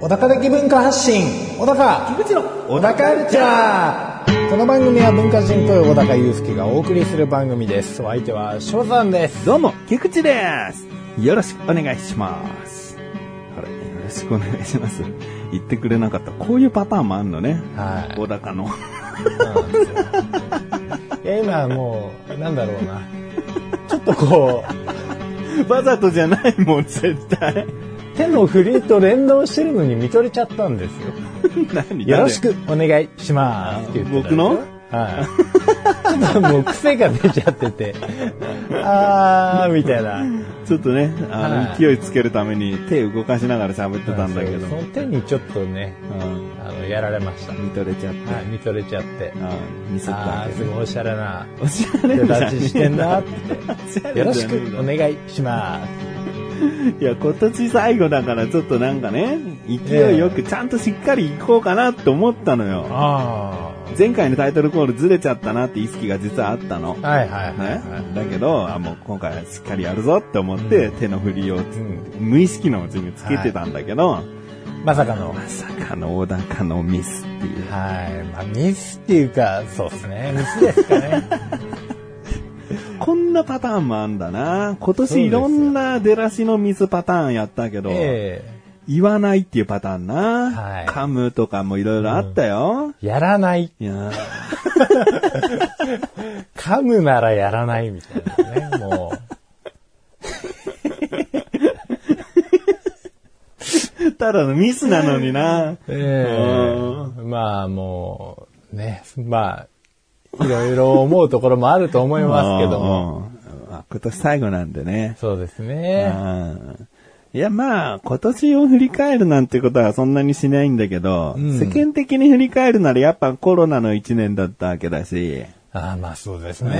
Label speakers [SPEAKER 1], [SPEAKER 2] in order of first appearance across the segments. [SPEAKER 1] 小高的文化発信小高
[SPEAKER 2] 菊池の
[SPEAKER 1] 小高カルチャーこの番組は文化人と小高祐介がお送りする番組ですお相手は翔さんです
[SPEAKER 2] どうも、菊池です。よろしくお願いします。あれ、よろしくお願いします。言ってくれなかった。こういうパターンもあんのね。
[SPEAKER 1] はい
[SPEAKER 2] 小高の。
[SPEAKER 1] そうなんですよいや今もうなんだろうなちょっとこ
[SPEAKER 2] わざとじゃないもん、絶対。
[SPEAKER 1] う 手の振りと連動してるのに見とれちゃったんですよ
[SPEAKER 2] 何
[SPEAKER 1] よろし。
[SPEAKER 2] や
[SPEAKER 1] くお願いしますって言ってた
[SPEAKER 2] 僕の
[SPEAKER 1] はい。ちょっともう癖が出ちゃってて、あーみたいな。
[SPEAKER 2] だちょっとね、あの、
[SPEAKER 1] はい
[SPEAKER 2] 勢いつけるために手動かしながら喋ってたんだけど。
[SPEAKER 1] その手にちょっとね、
[SPEAKER 2] うん
[SPEAKER 1] あの、やられました。
[SPEAKER 2] 見とれちゃって。
[SPEAKER 1] はい、見とれちゃって。
[SPEAKER 2] うん見せた
[SPEAKER 1] あ
[SPEAKER 2] わ
[SPEAKER 1] ー
[SPEAKER 2] け
[SPEAKER 1] す
[SPEAKER 2] ね
[SPEAKER 1] ごいおしゃれな
[SPEAKER 2] おしゃれ
[SPEAKER 1] 手
[SPEAKER 2] じゃん
[SPEAKER 1] 立ちしてんなって。
[SPEAKER 2] おしゃれじゃん
[SPEAKER 1] よろしくお願いします。
[SPEAKER 2] いや、今年最後だからちょっとなんかね、勢いよくちゃんとしっかり行こうかなって思ったのよ。
[SPEAKER 1] あ
[SPEAKER 2] 前回のタイトルコールずれちゃったなって意識が実はあったの。
[SPEAKER 1] ー。はいはいはい
[SPEAKER 2] ね
[SPEAKER 1] はい。、
[SPEAKER 2] だけど、あもう今回はしっかりやるぞって思って、手の振りをつ、
[SPEAKER 1] ん
[SPEAKER 2] 無意識のうちにつけてたんだけど、
[SPEAKER 1] まさかの。
[SPEAKER 2] まさかの小高のミスっていう。
[SPEAKER 1] はい。まあ、ミスっていうか、そうですね。ミスですかね。
[SPEAKER 2] こんなパターンもあんだな。今
[SPEAKER 1] そうです
[SPEAKER 2] 年
[SPEAKER 1] よ
[SPEAKER 2] いろんな出だしのミスパターンやったけ ど、
[SPEAKER 1] え
[SPEAKER 2] 言わないっていうパターンな。
[SPEAKER 1] はい
[SPEAKER 2] 噛むとかもいろいろあったよ。
[SPEAKER 1] えやらない
[SPEAKER 2] いやー
[SPEAKER 1] 噛むならやらないみたい なね、も
[SPEAKER 2] ただのミスなのに な。
[SPEAKER 1] う。ええまあもう、ね、まあ、いろいろ思うところもあると思いますけども。
[SPEAKER 2] うん。まあ今年最後なんでね。
[SPEAKER 1] そうです
[SPEAKER 2] う
[SPEAKER 1] ね。
[SPEAKER 2] んいやまあ、今年を振り返るなんてことはそんなにしないんだけど、
[SPEAKER 1] うん
[SPEAKER 2] 世間的に振り返るならやっぱコロナの一年だったわけだし、
[SPEAKER 1] ああまあそうです
[SPEAKER 2] うん
[SPEAKER 1] ね。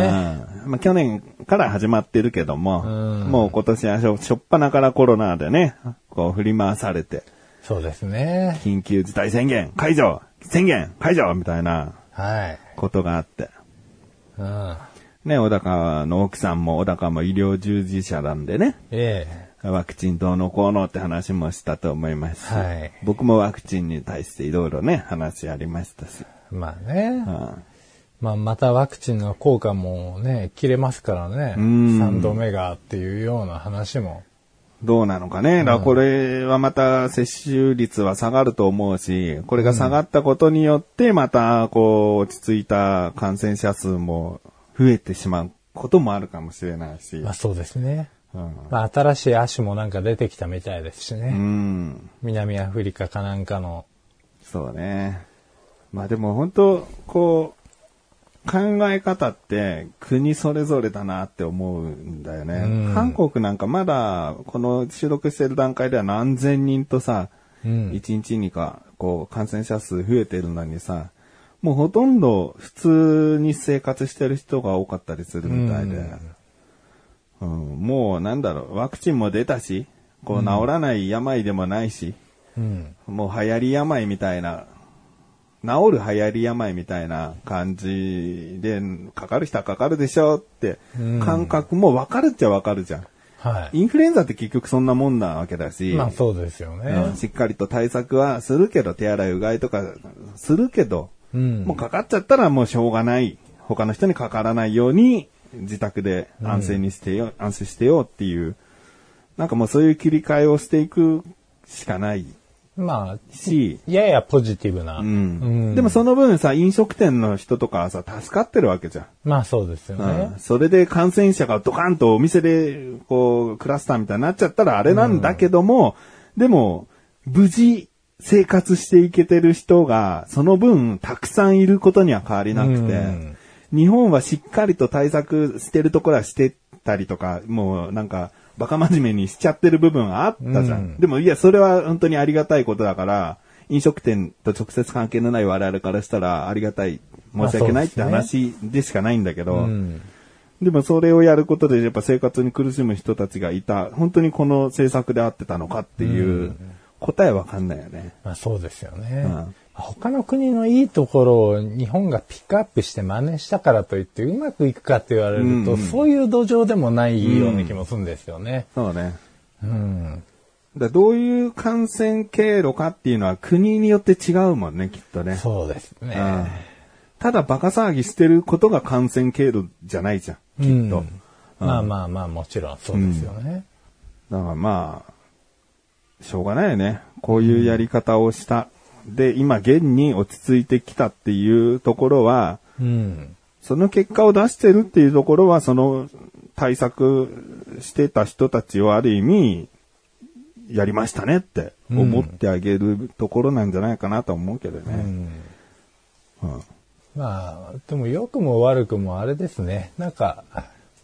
[SPEAKER 2] まあ、去年から始まってるけども、
[SPEAKER 1] うん
[SPEAKER 2] もう今年はしょしょっぱなからコロナでね、こう振り回されて、
[SPEAKER 1] そうですね。
[SPEAKER 2] 緊急事態宣言、解除宣言解除みたいな
[SPEAKER 1] はい。
[SPEAKER 2] ことがあって。
[SPEAKER 1] うん。
[SPEAKER 2] ね、小高の奥さんも小高も医療従事者なんでね、
[SPEAKER 1] ええ
[SPEAKER 2] ワクチンどうのこうのって話もしたと思いますし、
[SPEAKER 1] はい
[SPEAKER 2] 僕もワクチンに対していろいろね、話ありましたし、
[SPEAKER 1] まあね。
[SPEAKER 2] うん
[SPEAKER 1] まあまたワクチンの効果もね、切れますからね。
[SPEAKER 2] うん
[SPEAKER 1] 3度目がっていうような話も。
[SPEAKER 2] どうなのかね。だからこれはまた接種率は下がると思うし、これが下がったことによってまたこう落ち着いた感染者数も増えてしまうこともあるかもしれないし、
[SPEAKER 1] まあそうですね。
[SPEAKER 2] うん
[SPEAKER 1] まあ新しい足もなんか出てきたみたいですしね。
[SPEAKER 2] うん
[SPEAKER 1] 南アフリカかなんかの。
[SPEAKER 2] そうね。まあでも本当、こう、考え方って国それぞれだなって思うんだよ
[SPEAKER 1] う
[SPEAKER 2] ね
[SPEAKER 1] ん。
[SPEAKER 2] 韓国なんかまだこの収録してる段階では何千人とさ、
[SPEAKER 1] うん
[SPEAKER 2] 1日にかこう感染者数増えてるのにさ、もうほとんど普通に生活してる人が多かったりするみたいで。うん、もうなんだろう、ワクチンも出たし、こう治らない病でもないし、
[SPEAKER 1] うん。
[SPEAKER 2] もう流行り病みたいな、治る流行り病みたいな感じで、かかる人はかかるでしょって
[SPEAKER 1] うん、
[SPEAKER 2] 感覚もわかるっちゃわかるじゃん。
[SPEAKER 1] はい。
[SPEAKER 2] インフルエンザって結局そんなもんなわけだし、
[SPEAKER 1] まあそうですよ
[SPEAKER 2] う
[SPEAKER 1] ね
[SPEAKER 2] ん。しっかりと対策はするけど、手洗いうがいとかするけど、
[SPEAKER 1] うん。
[SPEAKER 2] もうかかっちゃったらもうしょうがない。他の人にかからないように、自宅で安静にしてよ、安静してよっていう、なんかもうそういう切り替えをしていくしかない
[SPEAKER 1] まあ、
[SPEAKER 2] し、
[SPEAKER 1] ややポジティブな。
[SPEAKER 2] うんでもその分さ、飲食店の人とかはさ、助かってるわけじゃん。
[SPEAKER 1] まあそうですよ
[SPEAKER 2] うん、
[SPEAKER 1] ね。
[SPEAKER 2] それで感染者がドカンとお店で、こう、クラスターみたいになっちゃったらあれなんだけども、でも、無事生活していけてる人が、その分たくさんいることには変わりなくて、
[SPEAKER 1] うん
[SPEAKER 2] 日本はしっかりと対策してるところはしてたりとか、もうなんか、バカ真面目にしちゃってる部分はあったじゃん。
[SPEAKER 1] うん
[SPEAKER 2] でもいや、それは本当にありがたいことだから、飲食店と直接関係のない我々からしたらありがたい、申し訳ないって
[SPEAKER 1] まあ
[SPEAKER 2] 話でしかないんだけど、
[SPEAKER 1] うん。
[SPEAKER 2] でもそれをやることでやっぱ生活に苦しむ人たちがいた、本当にこの政策で合ってたのかっていう答えわかんないよね。
[SPEAKER 1] まあそうですよね
[SPEAKER 2] うん。
[SPEAKER 1] 他の国のいいところを日本がピックアップして真似したからといってうまくいくかって言われると、
[SPEAKER 2] うん
[SPEAKER 1] そういう土壌でもないような気もするんですよね。
[SPEAKER 2] そうね。
[SPEAKER 1] うん。
[SPEAKER 2] だどういう感染経路かっていうのは国によって違うもんね、きっとね。
[SPEAKER 1] そうですね。
[SPEAKER 2] うんただバカ騒ぎしてることが感染経路じゃないじゃん。
[SPEAKER 1] きっ
[SPEAKER 2] と
[SPEAKER 1] まあまあまあ、もちろんそうですよね。
[SPEAKER 2] だからまあ、しょうがないよね。こういうやり方をした。で、今現に落ち着いてきたっていうところは、
[SPEAKER 1] うん。
[SPEAKER 2] その結果を出してるっていうところは、その対策してた人たちをある意味、やりましたねって思ってあげるところなんじゃないかなと思うけど
[SPEAKER 1] う
[SPEAKER 2] ね。
[SPEAKER 1] ん
[SPEAKER 2] うん
[SPEAKER 1] まあ、でも良くも悪くもあれですね。なんか、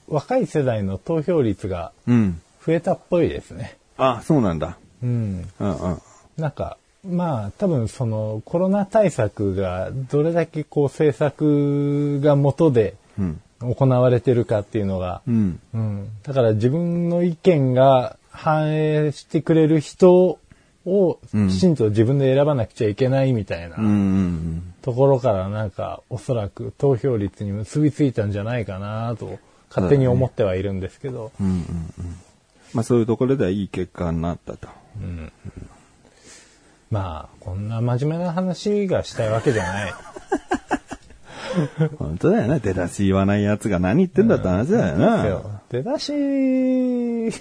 [SPEAKER 1] 若い世代の投票率が
[SPEAKER 2] うん。
[SPEAKER 1] 増えたっぽいですね。
[SPEAKER 2] あ、そうなんだ。
[SPEAKER 1] うん。
[SPEAKER 2] うんうん。
[SPEAKER 1] なんか、まあ、多分そのコロナ対策がどれだけこう政策が元で
[SPEAKER 2] うん。
[SPEAKER 1] 行われてるかっていうのが、
[SPEAKER 2] うん。
[SPEAKER 1] うん。だから自分の意見が反映してくれる人を
[SPEAKER 2] うん
[SPEAKER 1] きちんと自分で選ばなくちゃいけないみたいな
[SPEAKER 2] うんうん
[SPEAKER 1] ところからなんかおそらく投票率に結びついたんじゃないかなと勝手に思ってはいるんですけど、
[SPEAKER 2] うん。うんうんうん。まあそういうところではいい結果になったと。
[SPEAKER 1] まあこんな真面目な話がしたいわけじゃない。
[SPEAKER 2] 本当だよな。出だし言わない奴が何言ってんだって話だよな。
[SPEAKER 1] ですよ出だしは
[SPEAKER 2] よ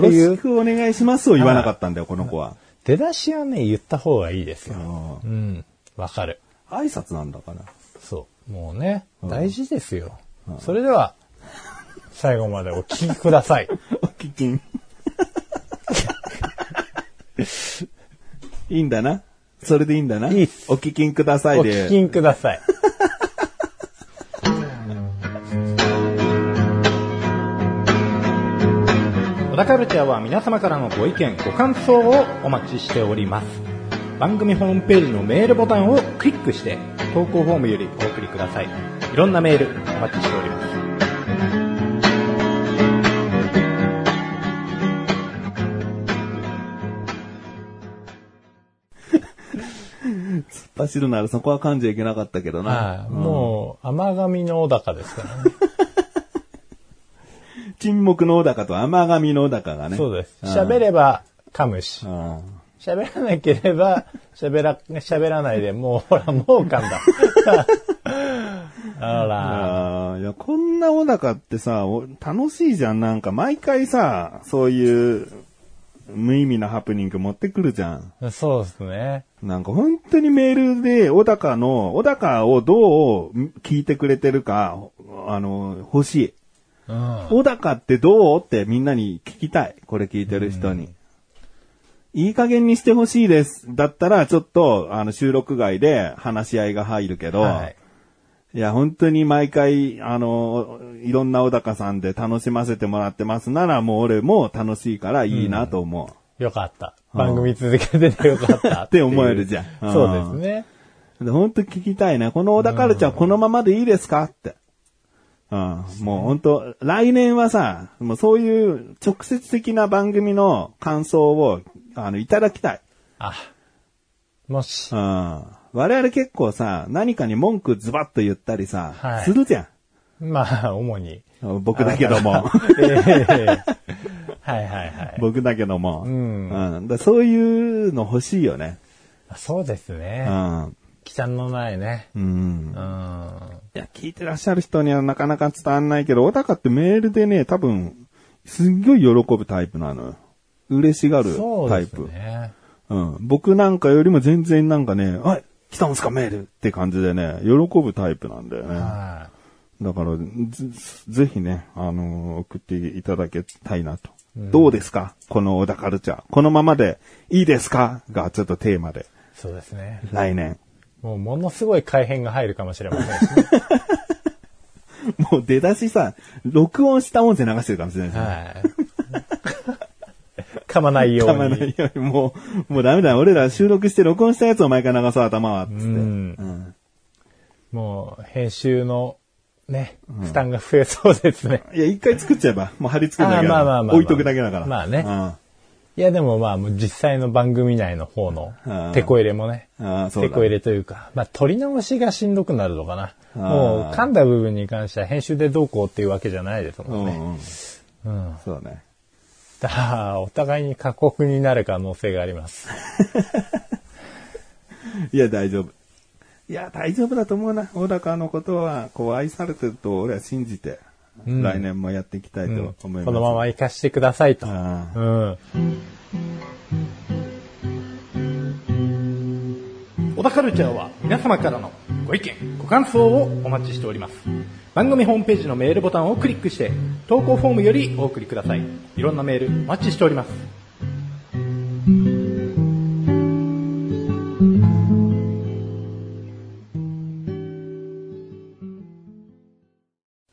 [SPEAKER 2] ろ
[SPEAKER 1] 言
[SPEAKER 2] し
[SPEAKER 1] う、
[SPEAKER 2] くお願いしますを言わなかったんだよ、この子は。
[SPEAKER 1] 出だしはね、言った方がいいです
[SPEAKER 2] う
[SPEAKER 1] よ。
[SPEAKER 2] ん
[SPEAKER 1] うん。わかる。
[SPEAKER 2] 挨拶なんだ から。
[SPEAKER 1] そう。もうね、大事ですよ。それでは、最後までお聞きください。
[SPEAKER 2] お聞きん。 いいんだな。それでいいんだな。
[SPEAKER 1] いいっす
[SPEAKER 2] お聞きんください
[SPEAKER 1] お
[SPEAKER 2] で。
[SPEAKER 1] 聞きください。 小田カルチャーは皆様からのご意見、ご感想をお待ちしております。番組ホームページのメールボタンをクリックして、投稿フォームよりお送りください。いろんなメールお待ちしております。
[SPEAKER 2] 突っ走るならそこは噛んじゃいけなかったけどな。うん
[SPEAKER 1] もう、甘神の小高ですからね。
[SPEAKER 2] 沈黙の小高と甘神の小高 がね。
[SPEAKER 1] そうです。
[SPEAKER 2] ん
[SPEAKER 1] 喋。れば噛むし
[SPEAKER 2] う。ん
[SPEAKER 1] 喋らなければ、 喋ら、喋らないで、もう、ほら、もう噛んだ。 あら、
[SPEAKER 2] あーいや、こんな小高ってさ、お楽しいじゃん。なんか毎回さ、そういう無意味なハプニング持ってくるじゃん。
[SPEAKER 1] そうですね。
[SPEAKER 2] なんか本当にメールで、小高の、小高をどう聞いてくれてるか、あの、欲しい。
[SPEAKER 1] うん。
[SPEAKER 2] 小高ってどうってみんなに聞きたい。これ聞いてる人に。いい加減にしてほしいです。だったら、ちょっと、あの、収録外で話し合いが入るけど、
[SPEAKER 1] はい。
[SPEAKER 2] いや、本当に毎回、あの、いろんな小高さんで楽しませてもらってますなら、もう俺も楽しいからいいなと思う。
[SPEAKER 1] よかった。番組続けててよかった。
[SPEAKER 2] って思えるじゃん
[SPEAKER 1] っていう
[SPEAKER 2] うん
[SPEAKER 1] そうですね。
[SPEAKER 2] で本当聞きたいね。この小田カルチャーこのままでいいですかって。うん。もう本当来年はさ、もうそういう直接的な番組の感想を、あの、いただきたい。
[SPEAKER 1] あ、もし
[SPEAKER 2] う、ん。我々結構さ、何かに文句ズバッと言ったりさ、
[SPEAKER 1] はい
[SPEAKER 2] するじゃ
[SPEAKER 1] まあ、主 に。
[SPEAKER 2] ん。僕だけども。
[SPEAKER 1] ええはいはいはい。
[SPEAKER 2] 僕だけども。
[SPEAKER 1] ん
[SPEAKER 2] うん。だそういうの欲しいよね。
[SPEAKER 1] そうです
[SPEAKER 2] う
[SPEAKER 1] ね。
[SPEAKER 2] ん。
[SPEAKER 1] 忌憚のないね。
[SPEAKER 2] うん
[SPEAKER 1] う。ん。
[SPEAKER 2] いや、聞いてらっしゃる人にはなかなか伝わんないけど、小高ってメールでね、多分、すっごい喜ぶタイプなのよ。嬉しがる
[SPEAKER 1] そう
[SPEAKER 2] タイ
[SPEAKER 1] です
[SPEAKER 2] プ。
[SPEAKER 1] ね。
[SPEAKER 2] うん。僕なんかよりも全然なんかね、あ来たんすかメールって感じでね、喜ぶタイプなんだよね。
[SPEAKER 1] は
[SPEAKER 2] だから、ぜ、ぜひね、あのー送っていただきたいなと。どうですかこの小田カルチャー。このままでいいですかがちょっとテーマで、
[SPEAKER 1] い。そうですね。
[SPEAKER 2] 来年。
[SPEAKER 1] もうものすごい改変が入るかもしれませんしね。
[SPEAKER 2] もう出だしさ、録音した音声流してるかもしれないですね。
[SPEAKER 1] はい。噛まないように。
[SPEAKER 2] 噛まないように、もう、もうダメだ、俺ら収録して録音したやつを毎回流そう、頭は、つって。
[SPEAKER 1] うん
[SPEAKER 2] うん
[SPEAKER 1] もう、編集の、ね、負担が増えそうですね。
[SPEAKER 2] いや、一回作っちゃえば、もう貼り付けるだけだ
[SPEAKER 1] あーまあ
[SPEAKER 2] か
[SPEAKER 1] まあまあ
[SPEAKER 2] ら。
[SPEAKER 1] まあ
[SPEAKER 2] 置いとくだけだから。
[SPEAKER 1] まあね
[SPEAKER 2] うん
[SPEAKER 1] いや、でもまあ、もう実際の番組内の方の
[SPEAKER 2] うん、
[SPEAKER 1] 手こ入れもね、
[SPEAKER 2] ああ、そう
[SPEAKER 1] 手
[SPEAKER 2] だ。
[SPEAKER 1] こ入れというか、まあ、取り直しがしんどくなるのかな。
[SPEAKER 2] あー
[SPEAKER 1] もう、噛んだ部分に関しては編集でどうこうっていうわけじゃないです
[SPEAKER 2] う
[SPEAKER 1] もんね。
[SPEAKER 2] んうん。
[SPEAKER 1] うん。
[SPEAKER 2] そうだね。
[SPEAKER 1] だから、お互いに過酷になる可能性があります。
[SPEAKER 2] いや、大丈夫。いや、大丈夫だと思うな。小高のことは、こう、愛されてると俺は信じて、
[SPEAKER 1] うん
[SPEAKER 2] 来年もやっていきたいと
[SPEAKER 1] う
[SPEAKER 2] 思
[SPEAKER 1] ん
[SPEAKER 2] い
[SPEAKER 1] こ
[SPEAKER 2] ます。
[SPEAKER 1] のまま生かしてくださいと。
[SPEAKER 2] ああ
[SPEAKER 1] うん。小田カルチャーは皆様からのご意見、ご感想をお待ちしております。番組ホームページのメールボタンをクリックして、投稿フォームよりお送りください。いろんなメールお待ちしております。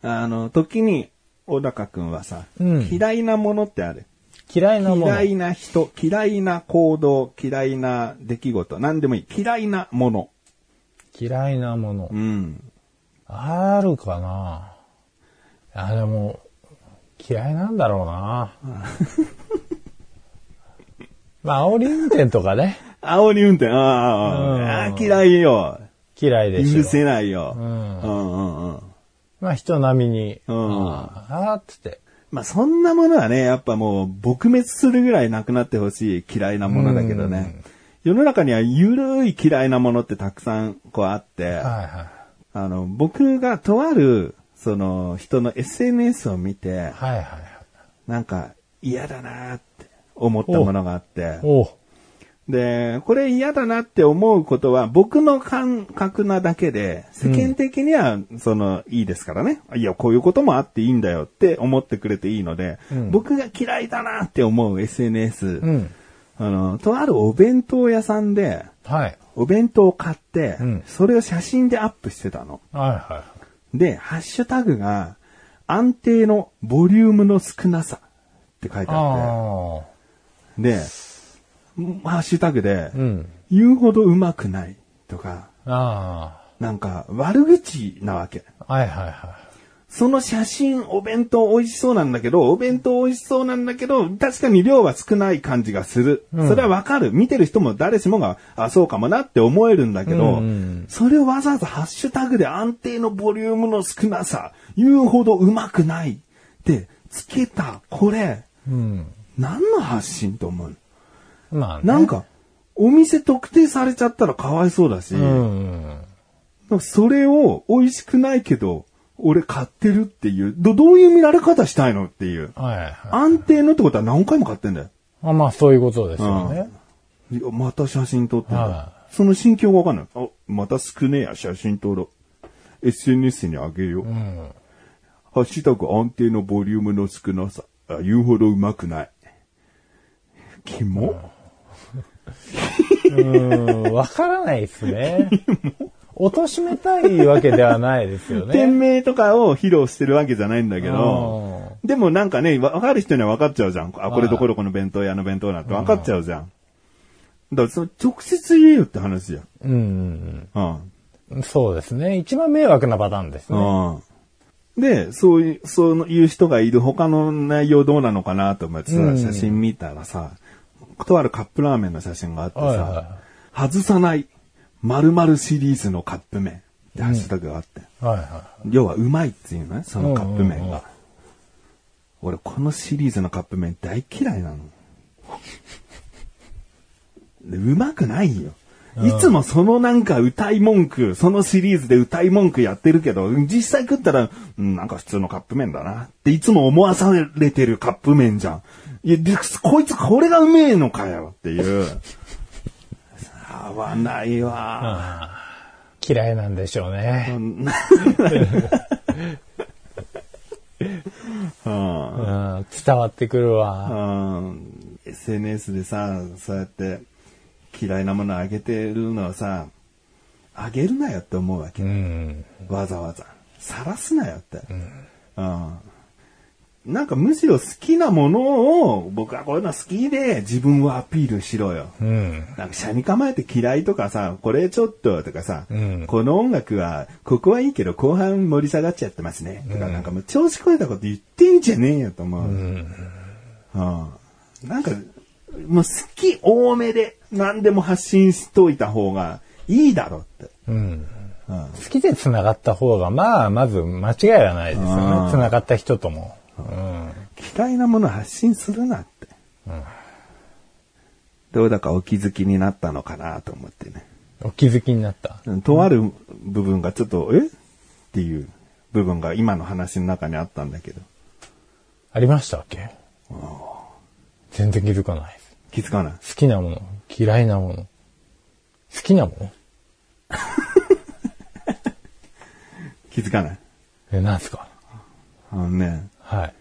[SPEAKER 2] あの、時に、小高くんはさ、
[SPEAKER 1] うん
[SPEAKER 2] 嫌いなものってある。
[SPEAKER 1] 嫌いなもの。
[SPEAKER 2] 嫌いな人、嫌いな行動、嫌いな出来事、何でもいい。嫌いなもの。
[SPEAKER 1] 嫌いなもの
[SPEAKER 2] う。ん。
[SPEAKER 1] あるかなあ、でも、嫌いなんだろう なまあ、煽り運転とかね。
[SPEAKER 2] 煽り運転、ああ
[SPEAKER 1] うん
[SPEAKER 2] ああ、ああ嫌いよ。
[SPEAKER 1] 嫌いです
[SPEAKER 2] 許
[SPEAKER 1] よ。
[SPEAKER 2] せないよ。うんうんうんうん。
[SPEAKER 1] まあ、人並みに、あ
[SPEAKER 2] うん
[SPEAKER 1] あーっつって。
[SPEAKER 2] まあ、そんなものはね、やっぱもう撲滅するぐらいなくなってほしい嫌いなものだけどね。世の中にはゆるい嫌いなものってたくさんこうあって、
[SPEAKER 1] はいは
[SPEAKER 2] あの、僕がとある、その人の SNS を見て
[SPEAKER 1] い。、はいはいはい。
[SPEAKER 2] なんか嫌だなって思ったものがあって、
[SPEAKER 1] おう
[SPEAKER 2] で、これ嫌だなって思うことは僕の感覚なだけで、世間的には、その、いいですからね。いや、こういうこともあっていいんだよって思ってくれていいので、
[SPEAKER 1] うん
[SPEAKER 2] 僕が嫌いだなって思う SNS、
[SPEAKER 1] うん。
[SPEAKER 2] あの、とあるお弁当屋さんで、
[SPEAKER 1] はい。
[SPEAKER 2] お弁当を買って、
[SPEAKER 1] うん
[SPEAKER 2] それを写真でアップしてたの。
[SPEAKER 1] はいは
[SPEAKER 2] で、ハッシュタグが、安定のボリュームの少なさって書い
[SPEAKER 1] い。
[SPEAKER 2] てあ
[SPEAKER 1] ああ。
[SPEAKER 2] って、で、ハッシュタグで、
[SPEAKER 1] うん。
[SPEAKER 2] 言うほどうまくないとか、
[SPEAKER 1] あ
[SPEAKER 2] なんか悪口なわけ。
[SPEAKER 1] あ。はいはいは
[SPEAKER 2] その写真、お弁当美味しそうなんだけど、お弁当美味しそうなんだけど、確かに量は少ない感じがする。
[SPEAKER 1] うん
[SPEAKER 2] それはわかる。見てる人も誰しもが、あ、そうかもなって思えるんだけど、
[SPEAKER 1] うんうん
[SPEAKER 2] それをわざわざハッシュタグで安定のボリュームの少なさ、言うほどうまくないってつけた、これ、
[SPEAKER 1] い。うん。
[SPEAKER 2] 何の発信と思うの
[SPEAKER 1] まあね。
[SPEAKER 2] なんか、お店特定されちゃったらかわいそうだし、
[SPEAKER 1] うんうん。
[SPEAKER 2] なんかそれを美味しくないけど、俺買ってるっていう、ど、どういう見られ方したいのっていう。
[SPEAKER 1] はいはい。
[SPEAKER 2] 安定のってことは何回も買ってんだよ。
[SPEAKER 1] あまあ、そういうことですよね。
[SPEAKER 2] いやまた写真撮ってんだ
[SPEAKER 1] は。
[SPEAKER 2] その心境がわかんない。あ、また少ねえや、写真撮ろう。SNS にあげよう。
[SPEAKER 1] うん。
[SPEAKER 2] ハッシュタグ安定のボリュームの少なさ。あ言うほどうまくない。キモ、
[SPEAKER 1] うん、わからないですね。貶としめたいわけではないです よ
[SPEAKER 2] 店
[SPEAKER 1] ね。
[SPEAKER 2] 名とかを披露してるわけじゃないんだけど、
[SPEAKER 1] うん
[SPEAKER 2] でもなんかね、わわかる人には分かっちゃうじゃん。あ、これどこどこの弁当屋の弁当なんて分かっちゃうじゃん。だからその直接言えよって話や。
[SPEAKER 1] うん
[SPEAKER 2] うん。
[SPEAKER 1] うん。そうですね。一番迷惑なパターンですね。
[SPEAKER 2] うん。で、そういう、そういう人がいる他の内容どうなのかなと思ってさ、
[SPEAKER 1] うん
[SPEAKER 2] 写真見たらさ、とあるカップラーメンの写真があってさ、
[SPEAKER 1] はいは
[SPEAKER 2] 外さない〇〇シリーズのカップ麺ってハッシュタグがあって。
[SPEAKER 1] はいは
[SPEAKER 2] 要はうまいっていうのね、そのカップ麺
[SPEAKER 1] う
[SPEAKER 2] が。
[SPEAKER 1] んうんうん
[SPEAKER 2] 俺、このシリーズのカップ麺大嫌いなの。でうまくないよ。いつもそのなんか歌い文句、そのシリーズで歌い文句やってるけど、実際食ったら、うんなんか普通のカップ麺だなっていつも思わされてるカップ麺じゃん。いや、でこいつこれがうめえのかよっていう。 合わないわ。
[SPEAKER 1] い。嫌いなんでしょうね。
[SPEAKER 2] うん
[SPEAKER 1] うん、伝わってくるわ。
[SPEAKER 2] うん、SNS でさ、そうやって嫌いなものあげてるのはさ、あげるなよって思うわけ。
[SPEAKER 1] うん。
[SPEAKER 2] わざわざ。さらすなよって。うんなんかむしろ好きなものを、僕はこういうの好きで自分をアピールしろよ。
[SPEAKER 1] うん。
[SPEAKER 2] なんか、車に構えて嫌いとかさ、これちょっととかさ、
[SPEAKER 1] うん
[SPEAKER 2] この音楽は、ここはいいけど後半盛り下がっちゃってますね。とか、なんかもう調子こいたこと言ってんじゃねえよと思う。うん。なんか、もう好き多めで何でも発信しといた方がいいだろうって。
[SPEAKER 1] うん。
[SPEAKER 2] うん
[SPEAKER 1] 好きで繋がった方が、まあ、まず間違いはないですよ
[SPEAKER 2] うん
[SPEAKER 1] ね。繋がった人とも。うん。
[SPEAKER 2] 嫌いなもの発信するなって。どうだかお気づきになったのかなと思ってね。
[SPEAKER 1] お気づきになった。
[SPEAKER 2] うんとある部分がちょっと、えっていう部分が今の話の中にあったんだけど、
[SPEAKER 1] ありましたっけ全然気づかないです。
[SPEAKER 2] 気づかない。
[SPEAKER 1] 好きなもの、嫌いなもの。好きなもの
[SPEAKER 2] 気づかない。
[SPEAKER 1] え、なんすか
[SPEAKER 2] あのね、
[SPEAKER 1] はい。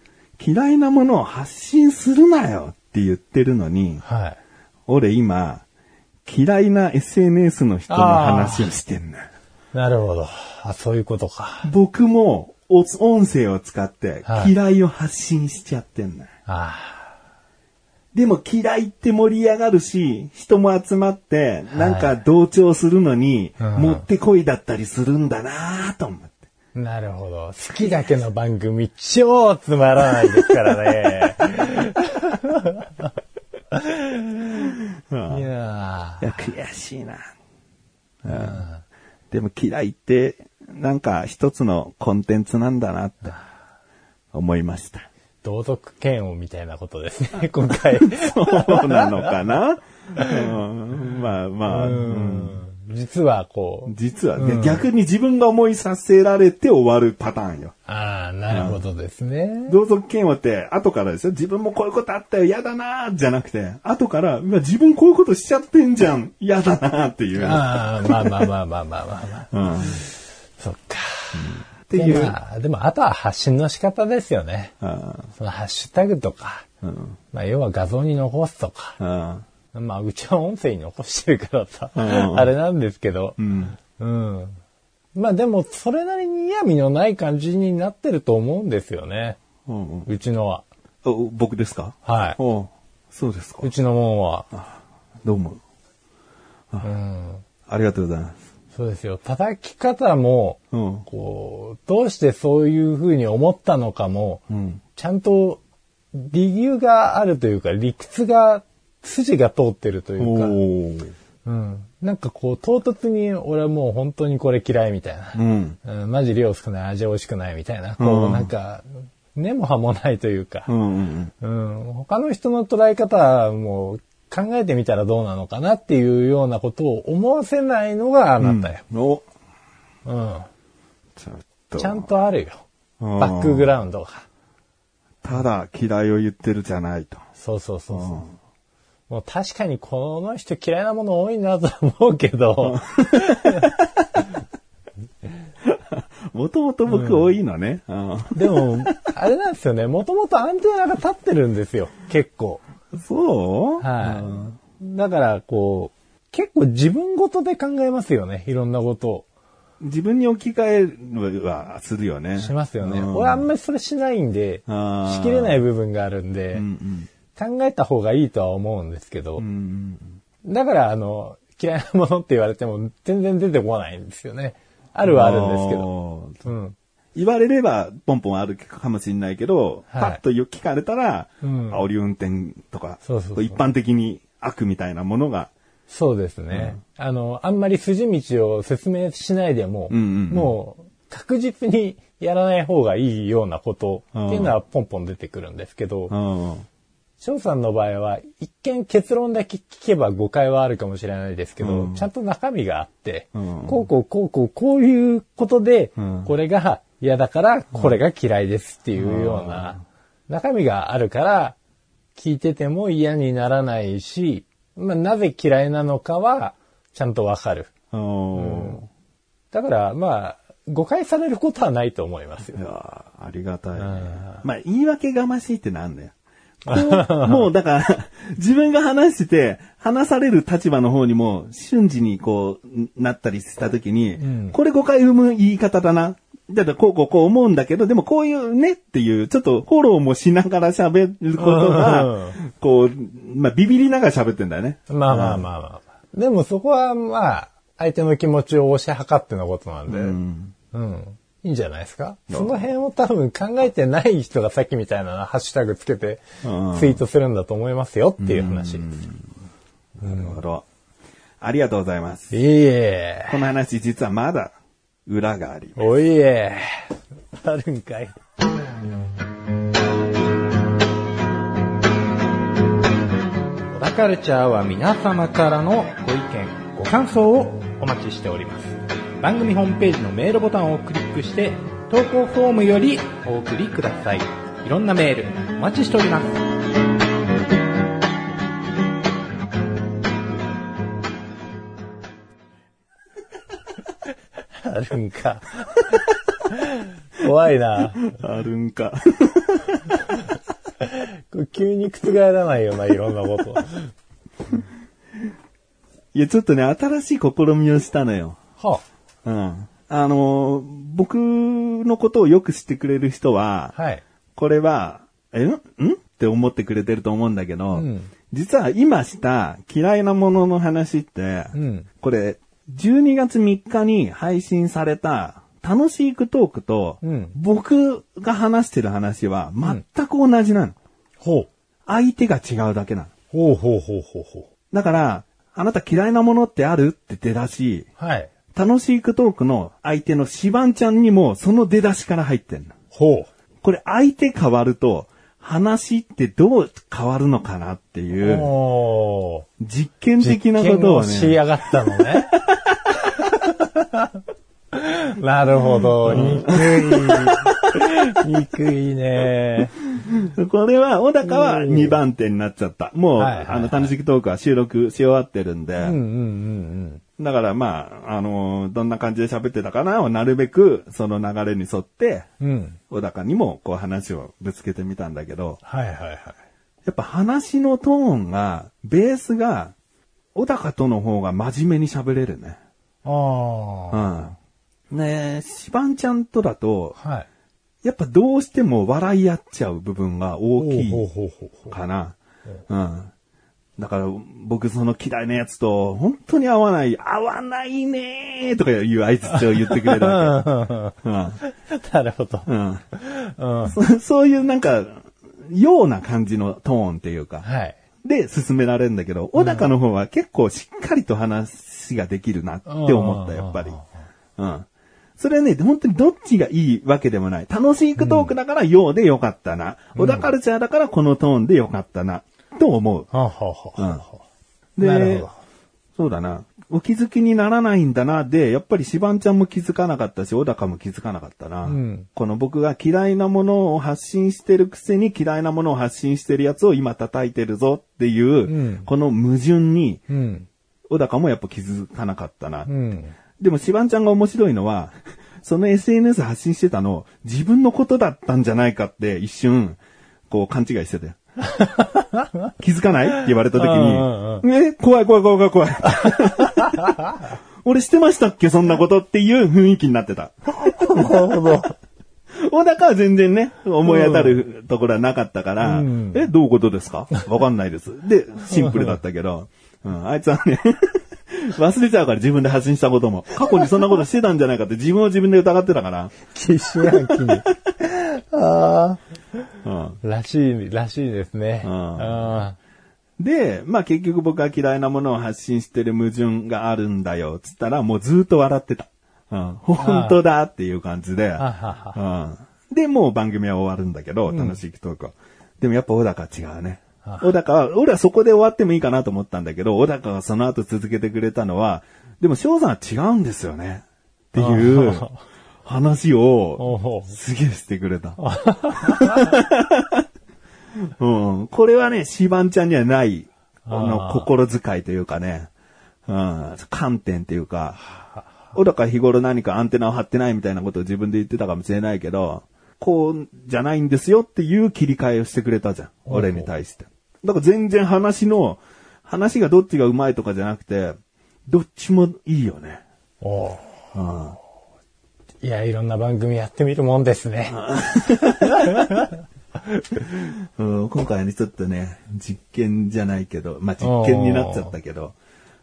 [SPEAKER 2] 嫌いなものを発信するなよって言ってるのに、
[SPEAKER 1] はい。
[SPEAKER 2] 俺今、嫌いな SNS の人の話をしてんだよ。
[SPEAKER 1] なるほど。あ、そういうことか。
[SPEAKER 2] 僕もお音声を使って
[SPEAKER 1] はい
[SPEAKER 2] 嫌いを発信しちゃってんだよ。
[SPEAKER 1] あ
[SPEAKER 2] でも嫌いって盛り上がるし、人も集まって、
[SPEAKER 1] い
[SPEAKER 2] なんか同調するのに、
[SPEAKER 1] うん
[SPEAKER 2] もってこいだったりするんだなぁと思って。
[SPEAKER 1] あ。なるほど。好きだけの番組、超つまらないです からね。いや
[SPEAKER 2] いや悔しいな、うんでも嫌いって、なんか一つのコンテンツなんだなって思いました。
[SPEAKER 1] ー道徳嫌悪みたいなことですね、今回。
[SPEAKER 2] そうなのかな、うんまあまあ、
[SPEAKER 1] うん実はこう。
[SPEAKER 2] 実はね、逆に自分が思いさせられて終わるパターンよ。
[SPEAKER 1] ああ、なるほどですね。
[SPEAKER 2] 同族嫌悪って、後からですよ。自分もこういうことあったよ、嫌だなーじゃなくて、後から、うわ自分こういうことしちゃってんじゃん、嫌だなーっていう。
[SPEAKER 1] ああ、まあまあまあまあまあまあまあ。
[SPEAKER 2] うん。っ
[SPEAKER 1] そっか。
[SPEAKER 2] てい
[SPEAKER 1] で
[SPEAKER 2] う。
[SPEAKER 1] まあでも、あとは発信の仕方ですよね。
[SPEAKER 2] あ
[SPEAKER 1] そのハッシュタグとか、
[SPEAKER 2] ーうん。
[SPEAKER 1] まあ要は画像に残すとか、
[SPEAKER 2] あ
[SPEAKER 1] まあうちは音声に残してるからさ、
[SPEAKER 2] うん
[SPEAKER 1] あれなんですけど
[SPEAKER 2] ーう、ん。
[SPEAKER 1] うん。まあでも、それなりに嫌味のない感じになってると思うんですよね。
[SPEAKER 2] うんうん
[SPEAKER 1] うちのは。
[SPEAKER 2] お僕ですか
[SPEAKER 1] は
[SPEAKER 2] おそうですか
[SPEAKER 1] い。うちのもんは。
[SPEAKER 2] どうも。
[SPEAKER 1] うん。
[SPEAKER 2] ありがとうございます。
[SPEAKER 1] そうですよ。叩き方も、
[SPEAKER 2] うん。
[SPEAKER 1] こう、どうしてそういうふうに思ったのかも、
[SPEAKER 2] うん。
[SPEAKER 1] ちゃんと理由があるというか、理屈が、筋が通ってるというか、
[SPEAKER 2] おー
[SPEAKER 1] うん。なんかこう、唐突に俺はもう本当にこれ嫌いみたいな
[SPEAKER 2] う。ん。
[SPEAKER 1] うん、マジ量少ない、味美味しくないみたいな。こ
[SPEAKER 2] う
[SPEAKER 1] う、
[SPEAKER 2] ん
[SPEAKER 1] なんか、根も葉もないというか
[SPEAKER 2] う、んうん
[SPEAKER 1] うん、他の人の捉え方はもう考えてみたらどうなのかなっていうようなことを思わせないのがあ
[SPEAKER 2] う。
[SPEAKER 1] なんたよ。
[SPEAKER 2] うん。お
[SPEAKER 1] うん。
[SPEAKER 2] ちょっと。
[SPEAKER 1] ちゃんとあるよ。
[SPEAKER 2] うん
[SPEAKER 1] バックグラウンドが。
[SPEAKER 2] ただ嫌いを言ってるじゃないと。
[SPEAKER 1] そうそうそうそうう。
[SPEAKER 2] ん
[SPEAKER 1] もう確かにこの人嫌いなもの多いなとは思うけど、
[SPEAKER 2] もともと僕多いのね。うん
[SPEAKER 1] でも、あれなんですよね。もともとアンテナが立ってるんですよ。結構。
[SPEAKER 2] そう
[SPEAKER 1] はい。だから、こう、結構自分ごとで考えますよね。いろんなことを。
[SPEAKER 2] 自分に置き換えはするよね。
[SPEAKER 1] しますよね。
[SPEAKER 2] うん
[SPEAKER 1] 俺あんまりそれしないんで、
[SPEAKER 2] あー
[SPEAKER 1] しきれない部分があるんで、
[SPEAKER 2] うん
[SPEAKER 1] 考えた方がいいとは思うんですけど、
[SPEAKER 2] うんうん
[SPEAKER 1] だからあの、嫌いなものって言われても全然出てこないんですよね。あるはあるんですけど。
[SPEAKER 2] ど。
[SPEAKER 1] うん。
[SPEAKER 2] 言われれば、ポンポンあるかもしれないけど、
[SPEAKER 1] はい
[SPEAKER 2] パッと聞かれたら、
[SPEAKER 1] うん
[SPEAKER 2] 煽り運転とか、
[SPEAKER 1] そうそうそう
[SPEAKER 2] 一般的に悪みたいなものが、
[SPEAKER 1] そうですね。あの、あんまり筋道を説明しないでも、
[SPEAKER 2] うんうんうん
[SPEAKER 1] もう確実にやらない方がいいようなことっていうのはポンポン出てくるんですけど、
[SPEAKER 2] うん
[SPEAKER 1] 翔さんの場合は、一見結論だけ聞けば誤解はあるかもしれないですけど、
[SPEAKER 2] うん
[SPEAKER 1] ちゃんと中身があって、
[SPEAKER 2] うん
[SPEAKER 1] こうこうこうこうこういうことで、
[SPEAKER 2] うん
[SPEAKER 1] これが嫌だからこれが嫌いですっていうような、中身があるから、聞いてても嫌にならないし、まあ、なぜ嫌いなのかは、ちゃんとわかる。
[SPEAKER 2] うん
[SPEAKER 1] だから、まあ、誤解されることはないと思いますよ
[SPEAKER 2] い。やーありがたいね
[SPEAKER 1] うん。
[SPEAKER 2] まあ、言い訳がましいってなんだよ。こ うもうだから、自分が話してて、話される立場の方にも、瞬時にこう、なったりした時に、
[SPEAKER 1] うん
[SPEAKER 2] これ誤解生む言い方だな。だからこうこうこう思うんだけど、でもこういうねっていう、ちょっとフォローもしながら喋ること
[SPEAKER 1] う
[SPEAKER 2] が
[SPEAKER 1] ん、
[SPEAKER 2] こう、まあ、ビビりながら喋ってんだよね。
[SPEAKER 1] まあまあまあまあまあ。でもそこはまあ、相手の気持ちを押し量ってのことなんで、うん。
[SPEAKER 3] いいんじゃないですかその辺を多分考えてない人がさっきみたいなハッシュタグつけて
[SPEAKER 2] うん
[SPEAKER 3] ツイートするんだと思いますよっていう話。い
[SPEAKER 2] なるほど。ありがとうございます。
[SPEAKER 3] えいえ。
[SPEAKER 2] この話実はまだ裏があり。
[SPEAKER 3] おいえ。あるんかい。
[SPEAKER 1] 小田カルチャーは皆様からのご意見、ご感想をお待ちしております。番組ホームページのメールボタンをクリックして、投稿フォームよりお送りください。いろんなメール、お待ちしております。
[SPEAKER 3] あるんか。怖いな。
[SPEAKER 2] あるんか。
[SPEAKER 3] これ急に覆らないような、いろんなこと。
[SPEAKER 2] いや、ちょっとね、新しい試みをしたのよ。
[SPEAKER 3] は
[SPEAKER 2] うん。あのー僕のことをよく知ってくれる人は、
[SPEAKER 3] あ、はい。
[SPEAKER 2] これは、えんんって思ってくれてると思うんだけど、
[SPEAKER 3] うん
[SPEAKER 2] 実は今した嫌いなものの話って、
[SPEAKER 3] うん
[SPEAKER 2] これ、12月3日に配信された、楽しいクトークと、
[SPEAKER 3] うん
[SPEAKER 2] 僕が話してる話は全く同じなの。
[SPEAKER 3] ほう。
[SPEAKER 2] 相手が違うだけなの。
[SPEAKER 3] ほうほうほうほうほ
[SPEAKER 2] だから、あなた嫌いなものってあるって出だし、
[SPEAKER 3] う。はい。
[SPEAKER 2] 楽しいクトークの相手のシバンちゃんにもその出だしから入ってんの。
[SPEAKER 3] ほ。
[SPEAKER 2] これ相手変わると、話ってどう変わるのかなっていうう、
[SPEAKER 3] おー。
[SPEAKER 2] 実験的なことを
[SPEAKER 3] 実験し
[SPEAKER 2] ね、
[SPEAKER 3] やがったのね。 なるほど。憎い。憎いね。
[SPEAKER 2] これは、小高は2番手になっちゃった。もう、
[SPEAKER 3] はいはいはい
[SPEAKER 2] あの、楽しいトークは収録し終わってるんで、
[SPEAKER 3] うんうんうん
[SPEAKER 2] だからまあ、あのどんな感じで喋ってたかなをなるべく、その流れに沿って、
[SPEAKER 3] うん。うん。
[SPEAKER 2] 小高にもこう話をぶつけてみたんだけど、
[SPEAKER 3] はいはいはい。
[SPEAKER 2] やっぱ話のトーンが、ベースが、小高との方が真面目に喋れるね。
[SPEAKER 3] あ
[SPEAKER 2] うん。ねえ、シバンちゃんとだと、
[SPEAKER 3] あ。はい。
[SPEAKER 2] やっぱどうしても笑い合っちゃう部分が大き
[SPEAKER 3] ほうほ
[SPEAKER 2] い
[SPEAKER 3] うほうほうほ
[SPEAKER 2] かな。うん。だから、僕その嫌いなやつと、本当に合わない、合わないねーとかいう合図を言ってくれるわけ。うん。
[SPEAKER 3] う。 なるほど。
[SPEAKER 2] うん。
[SPEAKER 3] うん。は
[SPEAKER 2] そそういうなんか、ような感じのトーンっていうか。
[SPEAKER 3] い。
[SPEAKER 2] で、進められるんだけど、小高の方は結構しっかりと話ができるなって思った、
[SPEAKER 3] うん
[SPEAKER 2] やっぱり。うん。それはね、本当にどっちがいいわけでもない。楽しいトークだから、ようでよかったな。小高カルチャーだから、このトーンでよかったな。と思う。
[SPEAKER 3] はあ、はあはあはあ、
[SPEAKER 2] で
[SPEAKER 3] なるほど。
[SPEAKER 2] そうだな。お気づきにならないんだな。で、やっぱりシバンちゃんも気づかなかったし、小高も気づかなかったな。
[SPEAKER 3] ん
[SPEAKER 2] この僕が嫌いなものを発信してるくせに嫌いなものを発信してるやつを今叩いてるぞっていう、
[SPEAKER 3] ん
[SPEAKER 2] この矛盾に、
[SPEAKER 3] うん。
[SPEAKER 2] 小高もやっぱ気づかなかったな。
[SPEAKER 3] うん。
[SPEAKER 2] でもシバンちゃんが面白いのは、その SNS 発信してたの、自分のことだったんじゃないかって一瞬、こう勘違いしてた よ。気づかないって言われた時
[SPEAKER 3] うん
[SPEAKER 2] に、え、怖い怖い怖い怖い怖い。 俺してましたっけそんなことっていう雰囲気になってた。
[SPEAKER 3] なるほ ど。
[SPEAKER 2] 小高は全然ね、思い当たるところはなかったから、
[SPEAKER 3] うん
[SPEAKER 2] え、どういうことですかわかんないです。で、シンプルだったけど、うん、あいつはね、 忘れちゃうから自分で発信したことも。過去にそんなことしてたんじゃないかって自分を自分で疑ってたから。
[SPEAKER 3] 疑心暗鬼に。ああ。
[SPEAKER 2] うん、
[SPEAKER 3] らしい、らしいですね。
[SPEAKER 2] うん
[SPEAKER 3] あ
[SPEAKER 2] で、まあ結局僕は嫌いなものを発信してる矛盾があるんだよ。つったらもうずーっと笑ってた。うん、本当だっていう感じで。
[SPEAKER 3] あ。ははは。
[SPEAKER 2] うんで、もう番組は終わるんだけど、楽しいトークは。でもやっぱ小高は違うね。小高は、俺はそこで終わってもいいかなと思ったんだけど、小高がその後続けてくれたのは、でも翔さんは違うんですよね。っていう話
[SPEAKER 3] お
[SPEAKER 2] を、
[SPEAKER 3] お。
[SPEAKER 2] すげえしてくれた。 うん、これはね、シバンちゃんにはない、あの、心遣いというかね、うん、観点というか、小高日頃何かアンテナを張ってないみたいなことを自分で言ってたかもしれないけど、こうじゃないんですよっていう切り替えをしてくれたじゃん。俺に対して。だから全然話の、話がどっちがうまいとかじゃなくて、どっちもいいよね。
[SPEAKER 3] おお。
[SPEAKER 2] う
[SPEAKER 3] い
[SPEAKER 2] ん。
[SPEAKER 3] や、いろんな番組やってみるもんですね。
[SPEAKER 2] うん今回はね、ちょっとね、実験じゃないけど、まあ、実験になっちゃったけど、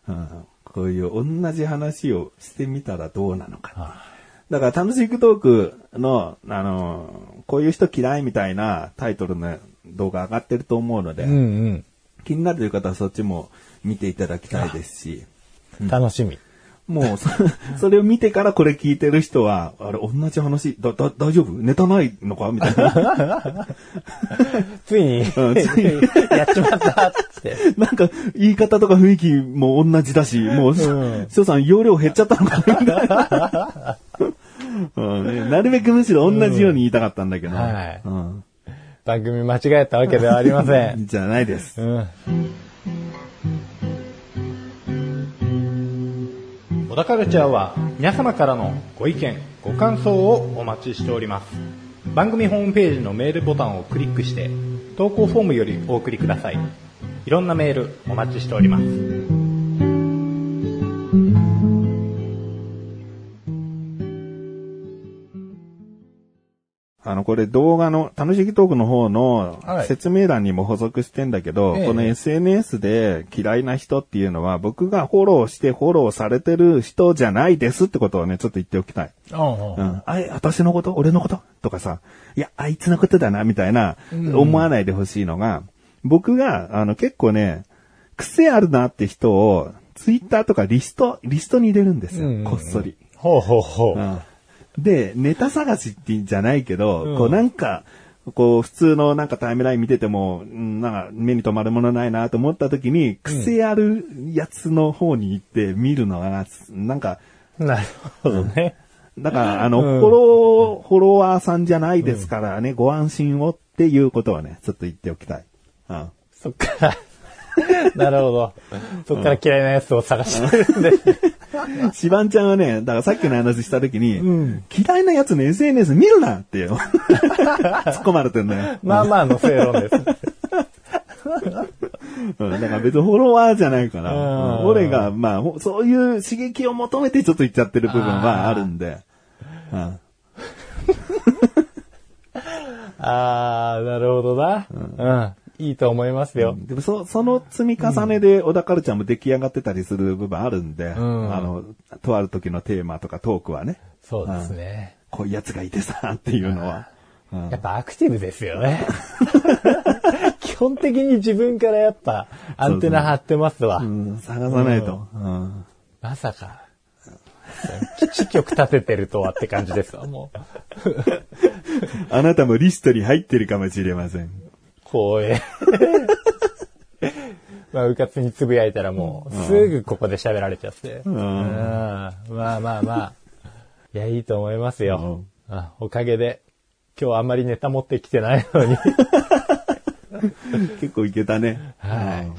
[SPEAKER 2] うんこういう同じ話をしてみたらどうなのかだから楽しいトークの、あの、こういう人嫌いみたいなタイトルの動画上がってると思うので、
[SPEAKER 1] うんうん。
[SPEAKER 2] 気になるという方はそっちも見ていただきたいですし、
[SPEAKER 1] 楽しみ。
[SPEAKER 2] もうそ、 それを見てからこれ聞いてる人は、あれ、同じ話、だ、だ、大丈夫ネタないのかみたいな。
[SPEAKER 1] ついに、
[SPEAKER 2] うんつい
[SPEAKER 1] やっちまったっつって。
[SPEAKER 2] なんか、言い方とか雰囲気も同じだし、もう、しょうさん、容量減っちゃったのかみたいな うんねなるべくむしろ同じように言いたかったんだけど。
[SPEAKER 1] うんはい
[SPEAKER 2] うん
[SPEAKER 1] 番組間違えたわけではありません。
[SPEAKER 2] じゃないです。
[SPEAKER 1] うん。
[SPEAKER 4] 小田カルチャーは皆様からのご意見、ご感想をお待ちしております。番組ホームページのメールボタンをクリックして、投稿フォームよりお送りください。いろんなメールお待ちしております。
[SPEAKER 2] あの、これ動画の、楽しいトークの方の
[SPEAKER 1] はい
[SPEAKER 2] 説明欄にも補足してんだけど、
[SPEAKER 1] ええ
[SPEAKER 2] この SNS で嫌いな人っていうのは、僕がフォローしてフォローされてる人じゃないですってことをね、ちょっと言っておきたい。
[SPEAKER 1] うん
[SPEAKER 2] う
[SPEAKER 1] うん
[SPEAKER 2] ん。あい、私のこと俺のこととかさ、いや、あいつのことだな、みたいな、思わないでほしいのが、僕が、あの、結構ね、癖あるなって人を、ツイッターとかリスト、リストに入れるんですよ、
[SPEAKER 1] うんうんうん
[SPEAKER 2] こっそり。
[SPEAKER 1] ほうほうほう。
[SPEAKER 2] で、ネタ探しってじゃないけど、
[SPEAKER 1] うん
[SPEAKER 2] こうなんか、こう普通のなんかタイムライン見てても、うんなんか目に留まるものないなと思った時に、癖あるやつの方に行って見るのが、なんか、
[SPEAKER 1] なるほどね。
[SPEAKER 2] だから、あの、
[SPEAKER 1] うん
[SPEAKER 2] フォロー、フォロワーさんじゃないですからね、ご安心をっていうことはね、ちょっと言っておきたい。うん。
[SPEAKER 1] そっ から、なるほど。そっから嫌いなやつを探してるんですね。
[SPEAKER 2] シバンちゃんはね、だからさっきの話した時に、
[SPEAKER 1] うん
[SPEAKER 2] 嫌いなやつの SNS 見るな ってよ。突っ込まれてんだよ。
[SPEAKER 1] まあまあの正論です。
[SPEAKER 2] うん、だから別にフォロワーじゃないから、
[SPEAKER 1] うん
[SPEAKER 2] うん俺が、まあ、ほそういう刺激を求めてちょっと言っちゃってる部分はあるんで、うん
[SPEAKER 1] あー、なるほどな。うん。いいと思いますよ。
[SPEAKER 2] でもそその積み重ねで小田カルチャーも出来上がってたりする部分あるん
[SPEAKER 1] ん
[SPEAKER 2] で、あの、とある時のテーマとかトークはね、
[SPEAKER 1] そうですね。
[SPEAKER 2] こういうやつがいてさ、っていうのは。うん
[SPEAKER 1] やっぱアクティブですよ ね。基本的に自分からやっぱアンテナ張ってますわ。
[SPEAKER 2] うん探さないと。うん
[SPEAKER 1] まさか。 基地局立ててるとはって感じですわ、もう。
[SPEAKER 2] あなたもリストに入ってるかもしれません。
[SPEAKER 1] 光栄。 まあ、うかつにつぶやいたらもう、すぐここで喋られちゃって。うんまあまあまあ。いや、いいと思いますよ。あおかげで、今日あんまりネタ持ってきてないのに。
[SPEAKER 2] 結構いけたね。
[SPEAKER 1] はい。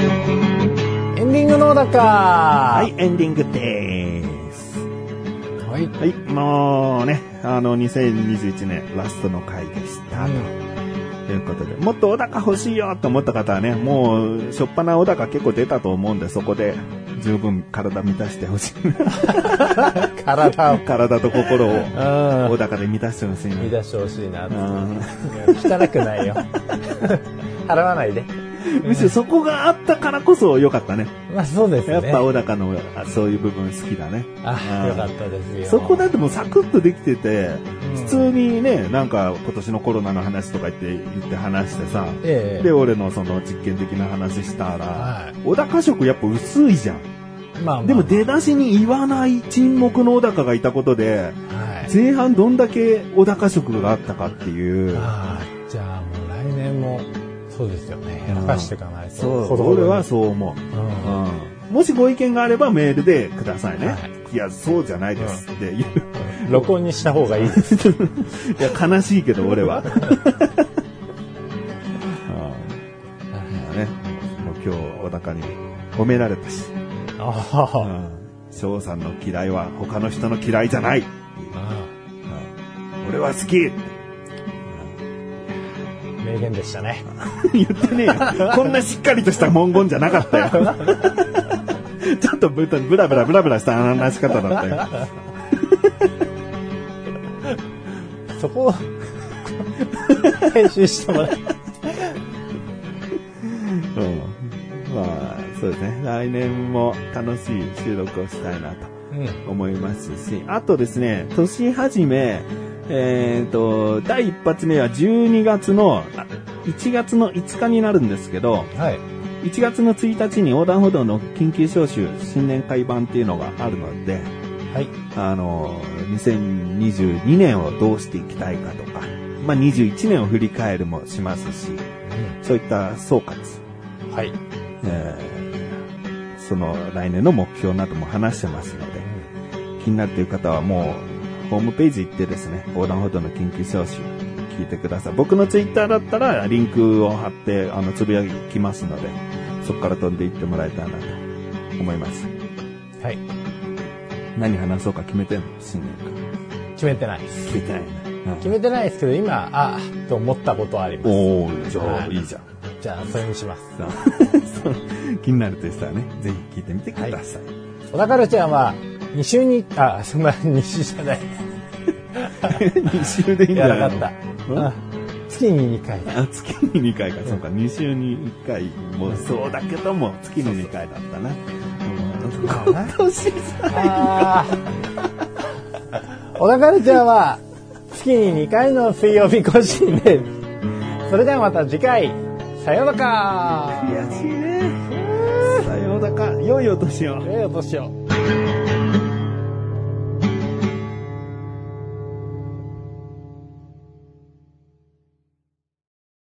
[SPEAKER 1] エンディングのだかは
[SPEAKER 2] はい、エンディングです。
[SPEAKER 1] い。
[SPEAKER 2] はい、もうね、あの、2021年ラストの回でした。ということで、もっと小高欲しいよと思った方はね、もう、しょっぱな小高結構出たと思うんで、そこで十分体満たしてほしい。
[SPEAKER 1] 体を。
[SPEAKER 2] 体と心を
[SPEAKER 1] う
[SPEAKER 2] 小高で満たしてほしい
[SPEAKER 1] ん。見
[SPEAKER 2] な。
[SPEAKER 1] 出してほしいな。
[SPEAKER 2] うん
[SPEAKER 1] 汚くないよ。 払わないで。
[SPEAKER 2] むしろそこがあったからこそ良かったね。
[SPEAKER 1] まあそうですね。
[SPEAKER 2] やっぱ小高のあそういう部分好きだね。
[SPEAKER 1] あ、よかったですよ。
[SPEAKER 2] そこだってもうサクッとできてて、普通にね、なんか今年のコロナの話とか言って、言って話してさ、
[SPEAKER 1] ええ
[SPEAKER 2] で、俺のその実験的な話した
[SPEAKER 1] は
[SPEAKER 2] ら
[SPEAKER 1] い、
[SPEAKER 2] 小高色やっぱ薄いじゃん。
[SPEAKER 1] まあまあ
[SPEAKER 2] でも出だしに言わない沈黙の小高がいたことで、
[SPEAKER 1] はい。
[SPEAKER 2] 前半どんだけ小高色があったかっていう。
[SPEAKER 1] ああ、じゃあもう来年も、そうですよね。やらかしていかないと。
[SPEAKER 2] そ
[SPEAKER 1] ほ
[SPEAKER 2] う、
[SPEAKER 1] どほど
[SPEAKER 2] 俺
[SPEAKER 1] に
[SPEAKER 2] はそう思う。
[SPEAKER 1] うん
[SPEAKER 2] うんもしご意見があればメールでくださいね。、
[SPEAKER 1] はい
[SPEAKER 2] や、そうじゃないですっていう。
[SPEAKER 1] 録音にした方がいいです。
[SPEAKER 2] いや、悲しいけど、俺は。ああね、もう今日、小高に褒められたし、
[SPEAKER 1] あ
[SPEAKER 2] う
[SPEAKER 1] あ
[SPEAKER 2] ん翔さんの嫌いは他の人の嫌いじゃない。
[SPEAKER 1] あ
[SPEAKER 2] うん俺は好き
[SPEAKER 1] あ、名言でしたね。
[SPEAKER 2] 言ってねえよ。こんなしっかりとした文言じゃなかったよ。 ちょっとぶたぶらぶらぶらぶらした話し方だったよ。
[SPEAKER 1] そこを、編集してもらう。
[SPEAKER 2] うん。まあ、そうですね。来年も楽しい収録をしたいなと
[SPEAKER 1] うん。
[SPEAKER 2] 思いますし、あとですね、年始め、えっ、と、第一発目は12月の、あ1月の5日になるんですけど、
[SPEAKER 1] はい。
[SPEAKER 2] 1月の1日に横断歩道の緊急招集新年会版っていうのがあるので、
[SPEAKER 1] はい。
[SPEAKER 2] あの、2022年をどうしていきたいかとか、まあ、21年を振り返るもしますし、そういった総括、
[SPEAKER 1] はい。
[SPEAKER 2] えーその来年の目標なども話してますので、気になるという方はもう、ホームページ行ってですね、横断歩道の緊急招集、聞いてください。僕のツイッターだったら、リンクを貼って、あの、つぶやきますので、そこから飛んでいってもらえたらなと思います。
[SPEAKER 1] はい。
[SPEAKER 2] 何話そうか決めてんの新年か。
[SPEAKER 1] 決めてないです。
[SPEAKER 2] 聞いてないね。
[SPEAKER 1] 決めてないですけど、今、ああ、と思ったことはあります。
[SPEAKER 2] おー、じゃあ、
[SPEAKER 1] はい
[SPEAKER 2] いいじゃん。
[SPEAKER 1] じゃあ、それにします。
[SPEAKER 2] さあ そう気になるという人はね、ぜひ聞いてみてください。
[SPEAKER 1] 小田カルチャーは、2週に、あ、そんな、2週じゃない。
[SPEAKER 2] 2週でいいん
[SPEAKER 1] い
[SPEAKER 2] じ
[SPEAKER 1] や、
[SPEAKER 2] ゃない
[SPEAKER 1] な
[SPEAKER 2] の
[SPEAKER 1] かった。
[SPEAKER 2] うん
[SPEAKER 1] あ月に2回だ。
[SPEAKER 2] あ月に2回か、そうか、2週に1回もそうだけども、月に2回だったな。うん今年さ、
[SPEAKER 1] あー 小田カルチャーは、月に2回の水曜日更新です。それではまた次回、さようならか
[SPEAKER 2] 悔しいね。さようだか、良いお年を。
[SPEAKER 1] ええ、どうしよう。